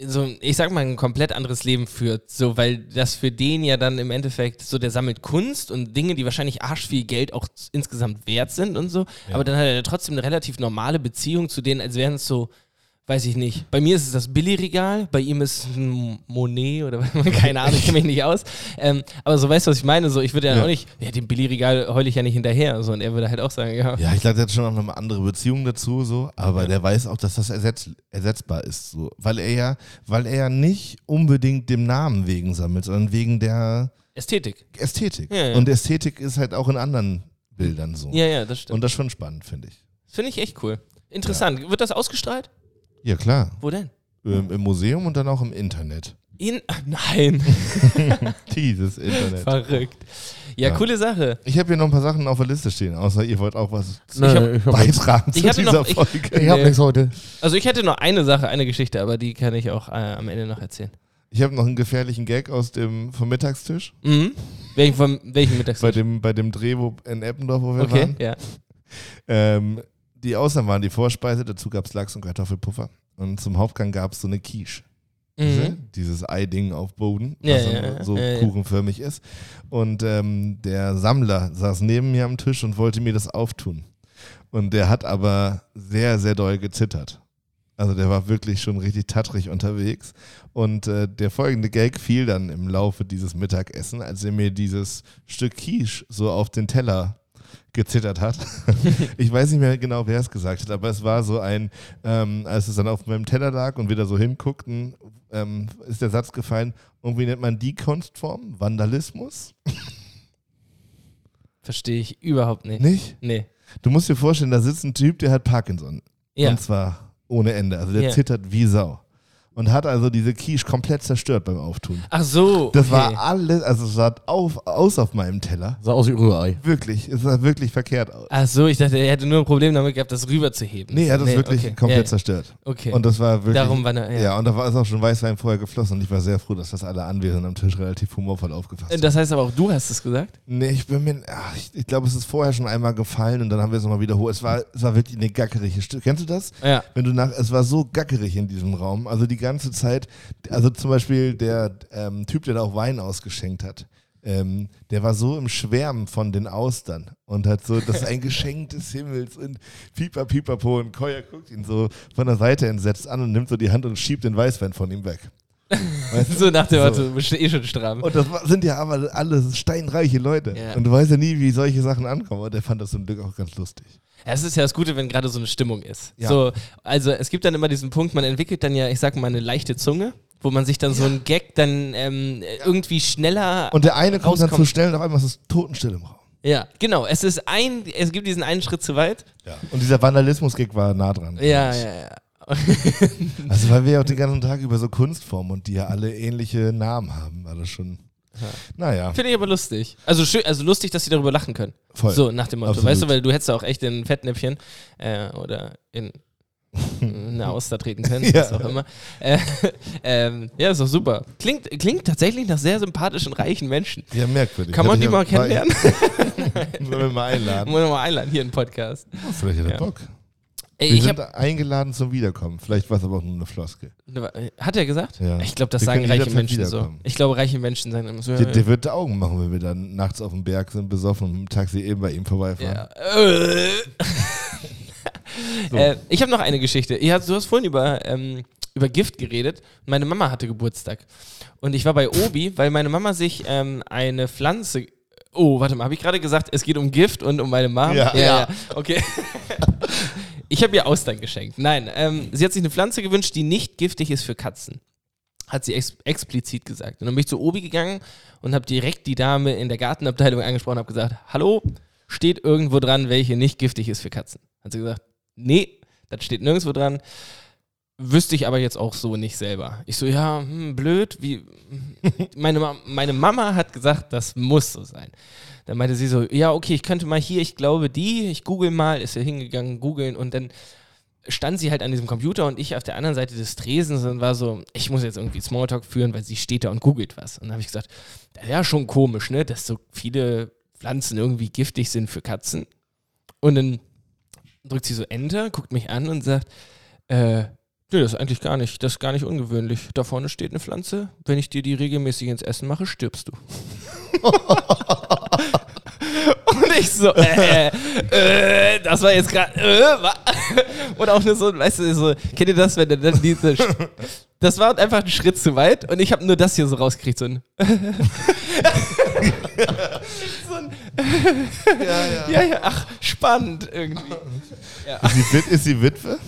S1: so ein, ich sag mal, ein komplett anderes Leben führt. So, weil das für den ja dann im Endeffekt so, der sammelt Kunst und Dinge, die wahrscheinlich arsch viel Geld auch z- insgesamt wert sind und so. Aber dann hat er trotzdem eine relativ normale Beziehung zu denen, als wären es so. Weiß ich nicht. Bei mir ist es das Billy-Regal, bei ihm ist ein Monet oder (laughs) keine Ahnung, ich kenne mich nicht aus. Ähm, aber so weißt du, was ich meine? So, ich würde ja,
S4: Ja.
S1: auch nicht, ja, dem Billy-Regal heule ich ja nicht hinterher. So, und er würde halt auch sagen, ja.
S4: Ja, ich glaube, der hat schon auch noch eine andere Beziehung dazu, so, aber der weiß auch, dass das ersetz, ersetzbar ist, so. Weil er ja, weil er ja nicht unbedingt dem Namen wegen sammelt, sondern wegen der
S1: Ästhetik.
S4: Ästhetik.
S1: Ja, ja.
S4: Und Ästhetik ist halt auch in anderen Bildern so.
S1: Ja, ja, das stimmt.
S4: Und das ist schon spannend, finde ich.
S1: Finde ich echt cool. Interessant. Wird das ausgestrahlt?
S4: Ja, klar.
S1: Wo denn?
S4: Ähm, Im Museum und dann auch
S1: (laughs)
S4: im Internet.
S1: In Ach,
S4: (laughs)
S1: nein,
S4: Dieses Internet.
S1: verrückt. Ja,
S4: Ja.
S1: coole Sache.
S4: Ich habe hier noch ein paar Sachen auf der Liste stehen, außer ihr wollt auch was zu
S3: Nee, ich hab nichts.
S4: beitragen zu
S1: Ich hatte
S4: dieser
S1: noch- ich-
S4: Folge.
S3: Ich hab
S1: Nee.
S3: nichts heute.
S1: Also ich hätte noch eine Sache, eine Geschichte, aber die kann ich auch äh, am Ende noch erzählen.
S4: Ich habe noch einen gefährlichen Gag aus dem vom Mittagstisch,
S1: Mhm. Welchen, vom, welchen Mittags?
S4: bei dem, bei dem Dreh wo, in Eppendorf, wo wir
S1: Okay,
S4: waren.
S1: ja.
S4: Ähm, die Ausnahmen waren die Vorspeise, dazu gab es Lachs und Kartoffelpuffer. Und zum Hauptgang gab es so eine Quiche. Diese-
S1: Mhm.
S4: Dieses Ei-Ding auf Boden,
S1: Ja,
S4: was
S1: ja,
S4: dann
S1: ja,
S4: so
S1: ja, ja.
S4: kuchenförmig ist. Und ähm, der Sammler saß neben mir am Tisch und wollte mir das auftun. Und der hat aber sehr, sehr doll gezittert. Also der war wirklich schon richtig tattrig unterwegs. Und äh, der folgende Gag fiel dann im Laufe dieses Mittagessen, als er mir dieses Stück Quiche so auf den Teller
S1: (laughs)
S4: gezittert hat. ich weiß nicht mehr genau, wer es gesagt hat, aber es war so ein, ähm, als es dann auf meinem Teller lag und wir da so hinguckten, ähm, ist der Satz gefallen, und wie nennt man die Kunstform? Vandalismus?
S1: Verstehe ich überhaupt nicht.
S4: Nicht?
S1: Nee.
S4: Du musst dir vorstellen, da sitzt ein Typ, der hat Parkinson.
S1: Ja.
S4: Und zwar ohne Ende. Also der
S1: Ja.
S4: zittert wie Sau. Und hat also diese Quiche komplett zerstört beim Auftun.
S1: Ach so.
S4: Das
S1: okay.
S4: war alles, also es sah auf, aus auf meinem Teller.
S3: Sah aus wie Rührei.
S4: Wirklich, es sah wirklich verkehrt aus.
S1: Ach so, ich dachte, er hätte nur ein Problem damit gehabt, das rüberzuheben.
S4: Nee, er hat es wirklich
S1: okay.
S4: komplett
S1: ja,
S4: zerstört.
S1: Okay.
S4: Und das war wirklich.
S1: Darum war er- ja.
S4: ja. und da war es auch schon Weißwein vorher geflossen und ich war sehr froh, dass das alle Anwesenden am Tisch relativ humorvoll aufgefasst haben.
S1: Äh, Das heißt aber auch, du hast es gesagt?
S4: Nee, ich bin mir. Ach, ich ich glaube, es ist vorher schon einmal gefallen und dann haben wir es nochmal wiederholt. Es war, es war wirklich eine gackerige Stück. Kennst du das?
S1: Ja.
S4: Wenn du nach, es war so gackerig in diesem Raum. Also die ganze Zeit, also zum Beispiel der ähm, Typ, der da auch Wein ausgeschenkt hat, ähm, der war so im Schwärmen von den Austern und hat so, das ist
S1: (laughs)
S4: ein Geschenk des Himmels und Pieper, Pieperpo und Koya guckt ihn so von der Seite entsetzt an und nimmt so die Hand und schiebt den Weißwein von
S1: (laughs)
S4: ihm weg. Weißt du?
S1: So nach dem
S4: So.
S1: Motto, bist du eh schon stramm.
S4: Und das war- sind ja aber alles steinreiche Leute.
S1: Ja.
S4: Und du weißt ja nie, wie solche Sachen ankommen. Und er fand das zum Glück auch ganz lustig.
S1: Ja, Es ist ja das Gute, wenn gerade so eine Stimmung ist.
S4: Ja.
S1: So, also es gibt dann immer diesen Punkt, man entwickelt dann ja, ich sag mal, eine leichte Zunge, wo man sich dann so einen Gag dann ähm, irgendwie schneller.
S4: Und der eine kommt dann zu
S1: Rauskommt.
S4: schnell und auf einmal ist es Totenstille im Raum.
S1: ja, genau. Es ist ein, es gibt diesen einen Schritt zu weit.
S4: Und dieser Vandalismus-Gig war nah dran.
S1: Ja, ja, ja.
S4: Also weil wir ja auch den ganzen Tag über so Kunstformen und die ja alle ähnliche Namen haben, war das schon.
S1: (laughs)
S4: Naja,
S1: Finde ich aber lustig. Also schön, also lustig, dass sie darüber lachen können.
S4: voll.
S1: So, nach dem Motto.
S4: Absolut.
S1: Weißt du, weil du hättest ja auch echt in ein Fettnäpfchen äh, oder
S4: (laughs)
S1: in eine Auster treten können,
S4: Ja.
S1: was auch immer. Äh, (laughs) ähm, ja, ist doch super. Klingt, klingt tatsächlich nach sehr sympathischen, reichen Menschen.
S4: Ja, merkwürdig.
S1: Kann man die
S4: Hätte
S1: mal
S4: ich ja- (laughs)
S1: kennenlernen?
S4: Sollen wir mal einladen?
S1: Muss man mal einladen hier im Podcast.
S4: Vielleicht hat er
S1: Ja.
S4: Bock.
S1: Ey,
S4: Wir
S1: ich
S4: sind
S1: hab, ne,
S4: eingeladen zum Wiederkommen. Vielleicht war es aber auch nur eine Floskel.
S1: hat er gesagt?
S4: Ja.
S1: Ich glaube, das
S4: Wir
S1: sagen
S4: können
S1: reiche
S4: jederzeit
S1: Menschen so.
S4: wiederkommen.
S1: Ich glaube, reiche Menschen sagen immer so.
S4: Der, der wird Augen machen, wenn wir dann nachts auf dem Berg sind, besoffen und im Taxi eben bei ihm vorbeifahren.
S1: ja. (laughs) Äh. äh, ich habe noch eine Geschichte. Ihr habt- Du hast vorhin über, ähm, über Gift geredet. Meine Mama hatte Geburtstag. Und ich war bei Obi, weil meine Mama sich ähm, eine Pflanze. Oh, warte mal, habe ich gerade gesagt, es geht um Gift und um meine Mama?
S4: Ja.
S1: ja. Okay. (laughs) Ich habe ihr Austern geschenkt. Nein, ähm, sie hat sich eine Pflanze gewünscht, die nicht giftig ist für Katzen. Hat sie ex explizit gesagt. Und dann bin ich zu Obi gegangen und habe direkt die Dame in der Gartenabteilung angesprochen und habe gesagt, hallo, steht irgendwo dran, welche nicht giftig ist für Katzen? Hat sie gesagt, nee, das steht nirgendwo dran. Wüsste ich aber jetzt auch so nicht selber. Ich so, ja, hm, blöd, wie. Meine, Ma meine Mama hat gesagt, das muss so sein. Dann meinte sie so, ja, okay, ich könnte mal hier, ich glaube die, ich google mal, ist ja hingegangen, googeln und dann stand sie halt an diesem Computer und ich auf der anderen Seite des Tresens und war so, ich muss jetzt irgendwie Smalltalk führen, weil sie steht da und googelt was. Und dann habe ich gesagt, das ist ja schon komisch, ne, dass so viele Pflanzen irgendwie giftig sind für Katzen. Und dann drückt sie so Enter, guckt mich an und sagt, äh, Nö, das ist eigentlich gar nicht, das ist gar nicht ungewöhnlich. Da vorne steht eine Pflanze. Wenn ich dir die regelmäßig ins Essen mache, stirbst
S4: (laughs)
S1: du. Und ich so, äh, äh, das war jetzt gerade, äh, wa- (laughs) und auch nur so, weißt du, so, kennt ihr das, wenn dann dann diese, Sch- das war einfach ein Schritt zu weit und ich habe nur das hier so rausgekriegt, so ein, (laughs) so ein
S4: Ja,
S1: (laughs)
S4: ja.
S1: ja, ja, ach, spannend irgendwie.
S4: Ist, sie, wit- ist sie Witwe?
S1: (laughs)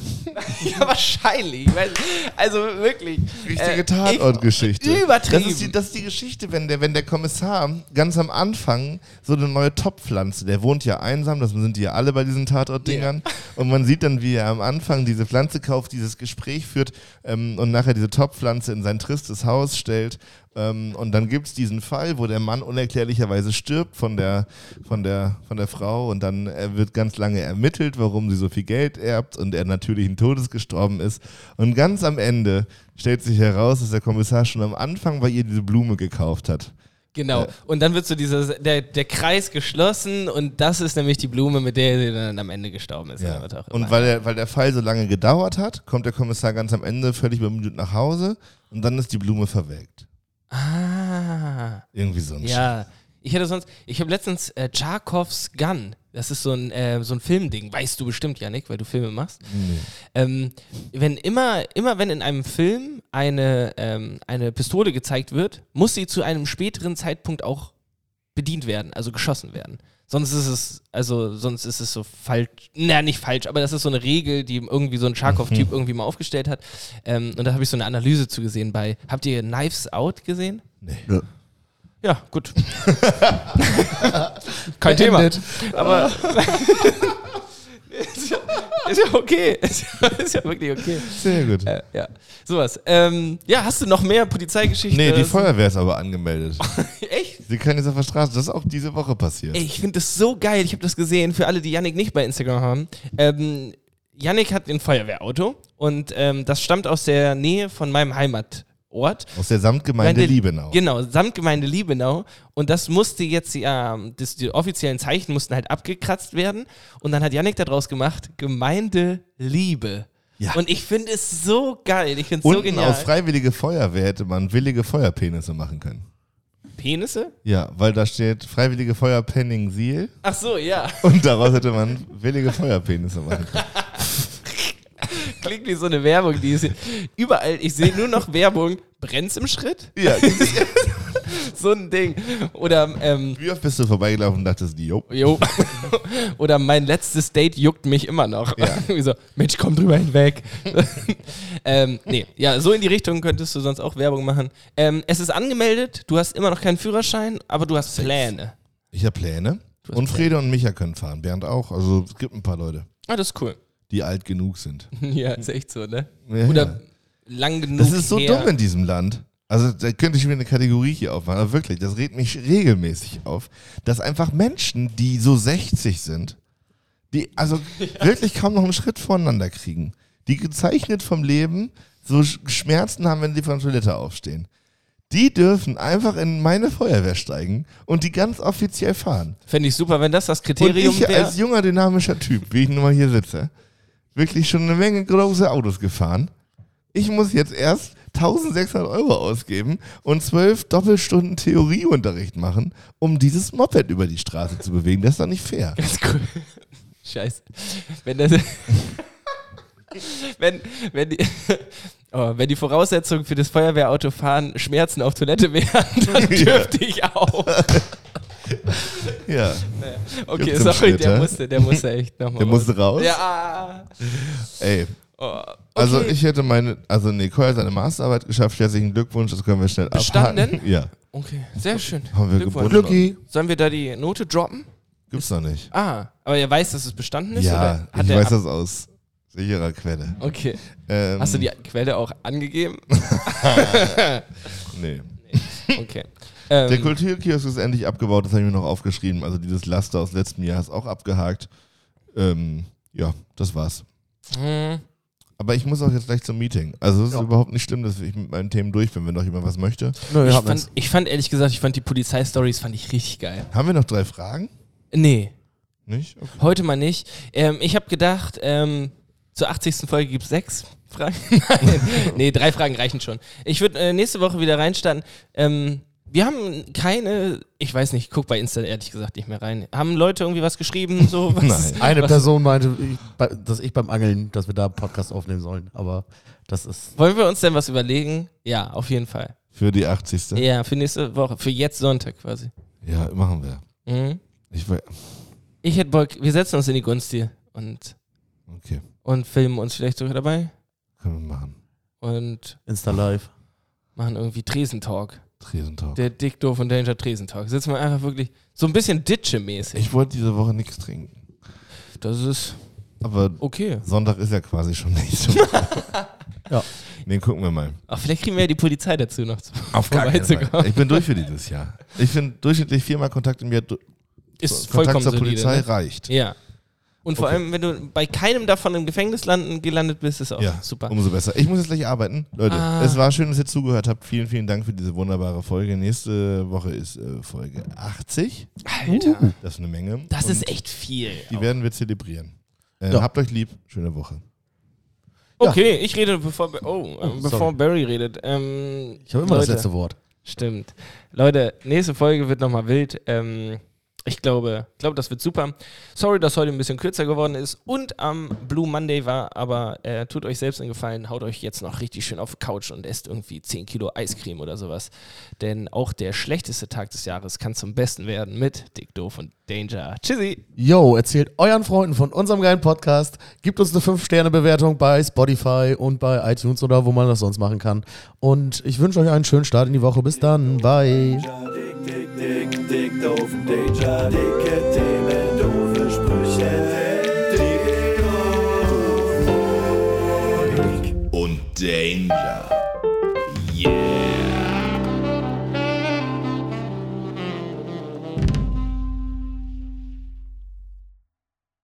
S1: Ja, wahrscheinlich, ich weiß, also wirklich.
S4: Richtige
S1: Äh,
S4: Tatortgeschichte.
S1: ich- übertrieben.
S4: Das ist, die, das ist die Geschichte, wenn der, wenn der Kommissar ganz am Anfang so eine neue Topfpflanze, der wohnt ja einsam, das sind die ja alle bei diesen Tatortdingern. Und man sieht dann, wie er am Anfang diese Pflanze kauft, dieses Gespräch führt ähm, und nachher diese Topfpflanze in sein tristes Haus stellt. Ähm, und dann gibt es diesen Fall, wo der Mann unerklärlicherweise stirbt von der, von, der, von der Frau und dann äh, wird ganz lange ermittelt, warum sie so viel Geld erbt und er natürlichen Todes gestorben ist. Und ganz am Ende stellt sich heraus, dass der Kommissar schon am Anfang bei ihr diese Blume gekauft hat.
S1: Genau. Und dann wird so dieser, der, der Kreis geschlossen und das ist nämlich die Blume, mit der sie dann am Ende gestorben ist. oder was auch
S4: Und
S1: immer.
S4: weil der, weil der Fall so lange gedauert hat, kommt der Kommissar ganz am Ende völlig bemüht nach Hause und dann ist die Blume verwelkt.
S1: ah,
S4: Irgendwie so ein Sch-
S1: ja. Ich hätte sonst, ich habe letztens äh, Tcharkovs Gun. Das ist so ein, äh, so ein Filmding. Weißt du bestimmt, Janik, weil du Filme machst. Ähm, wenn immer, immer wenn in einem Film eine, ähm, eine Pistole gezeigt wird, muss sie zu einem späteren Zeitpunkt auch bedient werden, also geschossen werden. Sonst ist es, also sonst ist es so falsch, na nicht falsch, aber das ist so eine Regel, die irgendwie so ein Charkov-Typ irgendwie mal aufgestellt hat. Ähm, und da habe ich so eine Analyse zu gesehen bei, habt ihr Knives Out gesehen?
S4: Nee.
S1: Ja, gut. (laughs) Kein Thema. Aber (laughs) ist, ja, ist ja okay. Ist ja, ist ja wirklich okay.
S4: Sehr gut.
S1: Äh, ja, sowas. Ähm, ja, hast du noch mehr Polizeigeschichten?
S4: Nee, die
S1: Das-
S4: Feuerwehr ist aber angemeldet.
S1: (laughs) Echt?
S4: Sie können jetzt auf der Straße. Das ist auch diese Woche passiert.
S1: Ey, ich finde das so geil. Ich habe das gesehen für alle, die Yannick nicht bei Instagram haben. Ähm, Yannick hat ein Feuerwehrauto und ähm, das stammt aus der Nähe von meinem Heimatort.
S4: Aus der Samtgemeinde
S1: Gemeinde-
S4: Liebenau.
S1: Genau, Samtgemeinde Liebenau. Und das musste jetzt, ja, das, die offiziellen Zeichen mussten halt abgekratzt werden. Und dann hat Yannick daraus gemacht, Gemeinde Liebe.
S4: Ja.
S1: Und ich finde es so geil. Ich finde es so
S4: Unten
S1: genial.
S4: aus Freiwillige Feuerwehr hätte man willige Feuerpenisse machen können.
S1: Penisse?
S4: Ja, weil da steht Freiwillige Feuer Penning Siel
S1: Ach so, ja.
S4: und daraus hätte man willige Feuerpenisse machen können.
S1: Klingt wie so eine Werbung, die ist überall. Ich sehe nur noch Werbung. Brennt's im Schritt?
S4: Ja,
S1: So ein Ding. Oder, ähm,
S4: wie oft bist du vorbeigelaufen und dachtest, jo.
S1: jo. (laughs) Oder mein letztes Date juckt mich immer noch. (laughs) Irgendwie so, Mensch, komm drüber hinweg. (laughs) ähm, nee, ja, so in die Richtung könntest du sonst auch Werbung machen. Ähm, es ist angemeldet, du hast immer noch keinen Führerschein, aber du hast Pläne.
S4: Ich habe Pläne.
S1: hast
S4: Und Frede und Micha können fahren, Bernd auch. Also es gibt ein paar Leute,
S1: Ah, das ist cool.
S4: die alt genug sind.
S1: (laughs) ja, ist echt so, ne?
S4: (laughs) Ja,
S1: Oder
S4: ja.
S1: lang genug.
S4: Das ist so
S1: her.
S4: dumm in diesem Land. Also da könnte ich mir eine Kategorie hier aufmachen. Aber wirklich, das regt mich regelmäßig auf, dass einfach Menschen, die so 60 sind, die also wirklich kaum noch einen Schritt voneinander kriegen, die gezeichnet vom Leben so Sch- Schmerzen haben, wenn sie von der Toilette aufstehen. Die dürfen einfach in meine Feuerwehr steigen und die ganz offiziell fahren.
S1: Fände ich super, wenn das das
S4: Und
S1: Kriterium
S4: ich
S1: wäre.
S4: als junger, dynamischer Typ, wie ich nun mal hier sitze, wirklich schon eine Menge große Autos gefahren. Ich muss jetzt erst 1600 Euro ausgeben und zwölf Doppelstunden Theorieunterricht machen, um dieses Moped über die Straße zu bewegen. Das ist doch nicht fair.
S1: Ganz cool. Scheiße. Wenn das. wenn, wenn die. Oh, wenn die Voraussetzung für das Feuerwehrautofahren Schmerzen auf Toilette wären, (laughs) dann dürfte ich auch.
S4: Ja,
S1: Okay,
S4: Gibt's im
S1: sorry,
S4: Schnitt,
S1: der
S4: ja?
S1: musste, der musste echt nochmal.
S4: der musste raus.
S1: Ja.
S4: Ey,
S1: Oh, okay.
S4: also ich hätte meine, also Nicole hat seine Masterarbeit geschafft. Herzlichen Glückwunsch, das können wir schnell
S1: Bestanden?
S4: abhaken. Ja,
S1: Okay, sehr schön.
S4: haben wir
S1: Glückwunsch.
S4: gebunden.
S3: Glücki.
S1: Sollen wir da die Note droppen?
S4: Gibt's noch nicht.
S1: Ah, aber ihr weißt, dass es bestanden ist?
S4: Ja,
S1: oder hat
S4: ich
S1: der
S4: weiß
S1: ab-
S4: das aus sicherer Quelle.
S1: Okay.
S4: Ähm,
S1: Hast du die Quelle auch
S4: (laughs)
S1: angegeben?
S4: Ähm, Nee.
S1: Okay. Ähm,
S4: Der Kulturkiosk ist endlich abgebaut, das habe ich mir noch aufgeschrieben. Also dieses Laster aus letztem Jahr ist auch abgehakt. Ähm, ja, das war's.
S1: mh,
S4: Aber ich muss auch jetzt gleich zum Meeting. Also es ist
S3: Ja.
S4: überhaupt nicht schlimm, dass ich mit meinen Themen durch bin, wenn noch jemand was möchte.
S3: Nö,
S1: ich,
S3: hat man's.
S1: fand, ich fand ehrlich gesagt, ich fand die Polizei-Stories fand ich richtig geil.
S4: Haben wir noch drei Fragen?
S1: Nee,
S4: Nicht? Okay.
S1: heute mal nicht. Ähm, ich habe gedacht, ähm, zur 80. Folge gibt es sechs Fragen. (laughs) Nein, nee, drei Fragen reichen schon. Ich würde äh, nächste Woche wieder reinstarten. Ähm, wir haben keine, ich weiß nicht, ich guck bei Insta ehrlich gesagt nicht mehr rein. Haben Leute irgendwie was geschrieben?
S3: (laughs)
S1: So, was,
S4: Nein.
S3: Eine
S1: was-
S3: Person meinte, ich, bei- dass ich beim Angeln, dass wir da einen Podcast aufnehmen sollen, aber das ist.
S1: Wollen wir uns denn was überlegen? Ja, auf jeden Fall.
S4: Für die 80.
S1: Ja, für nächste Woche. Für jetzt Sonntag quasi.
S4: Ja, machen wir.
S1: Mhm.
S4: Ich we-
S1: Ich hätte Bock, wir setzen uns in die Gunst hier und,
S4: okay,
S1: und filmen uns vielleicht sogar dabei
S4: können wir machen.
S1: und
S3: Insta Live.
S1: machen irgendwie Tresentalk.
S4: Tresentalk.
S1: Der Dick Doof und Danger Tresentalk. Sitzen wir einfach wirklich so ein bisschen Ditsche-mäßig.
S4: Ich wollte diese Woche nichts trinken.
S1: Das ist
S4: Aber
S1: okay.
S4: Sonntag ist ja quasi schon nächste Woche. (laughs)
S3: Ja.
S4: Nee, gucken wir mal.
S1: Ach, vielleicht kriegen wir ja die Polizei dazu noch.
S4: Auf gar keinen
S1: vorbeizukommen.
S4: Fall. Ich bin durch für dieses Jahr. Ich finde durchschnittlich viermal Kontakt im Jahr du-
S1: Ist vollkommen
S4: Kontakt zur
S1: solide.
S4: Polizei
S1: ne?
S4: reicht.
S1: Ja. Und vor
S4: Okay.
S1: allem, wenn du bei keinem davon im Gefängnis landen, gelandet bist, ist auch
S4: Ja,
S1: super.
S4: umso besser. Ich muss jetzt gleich arbeiten. Leute,
S1: Ah.
S4: es war schön, dass ihr zugehört habt. Vielen, vielen Dank für diese wunderbare Folge. Nächste Woche ist äh, Folge 80.
S1: Alter,
S3: Uh.
S4: Das ist eine Menge.
S1: das
S4: Und
S1: ist echt viel.
S4: Die werden wir zelebrieren. Äh,
S3: Ja.
S4: Habt euch lieb. Schöne Woche.
S1: Oh. Okay, ich rede, bevor, oh, äh,
S3: Oh,
S1: bevor
S3: sorry.
S1: Barry redet. Ähm,
S3: Ich habe immer
S1: Leute,
S3: das letzte Wort.
S1: Stimmt. Leute, nächste Folge wird nochmal wild. Ähm, ich glaube, glaube, das wird super. Sorry, dass heute ein bisschen kürzer geworden ist und am Blue Monday war, aber äh, tut euch selbst einen Gefallen, haut euch jetzt noch richtig schön auf die Couch und esst irgendwie 10 Kilo Eiscreme oder sowas. Denn auch der schlechteste Tag des Jahres kann zum besten werden mit Dick Doof und Danger. Tschüssi!
S3: Yo, erzählt euren Freunden von unserem geilen Podcast. Gibt uns eine 5-Sterne-Bewertung bei Spotify und bei iTunes oder wo man das sonst machen kann. Und ich wünsche euch einen schönen Start in die Woche. Bis dann. Bye.
S2: Dick, dick, dick, dick, doofen Danger, dicke Themen, doofe Sprüche. Dick, doof, dick und Danger. Yeah.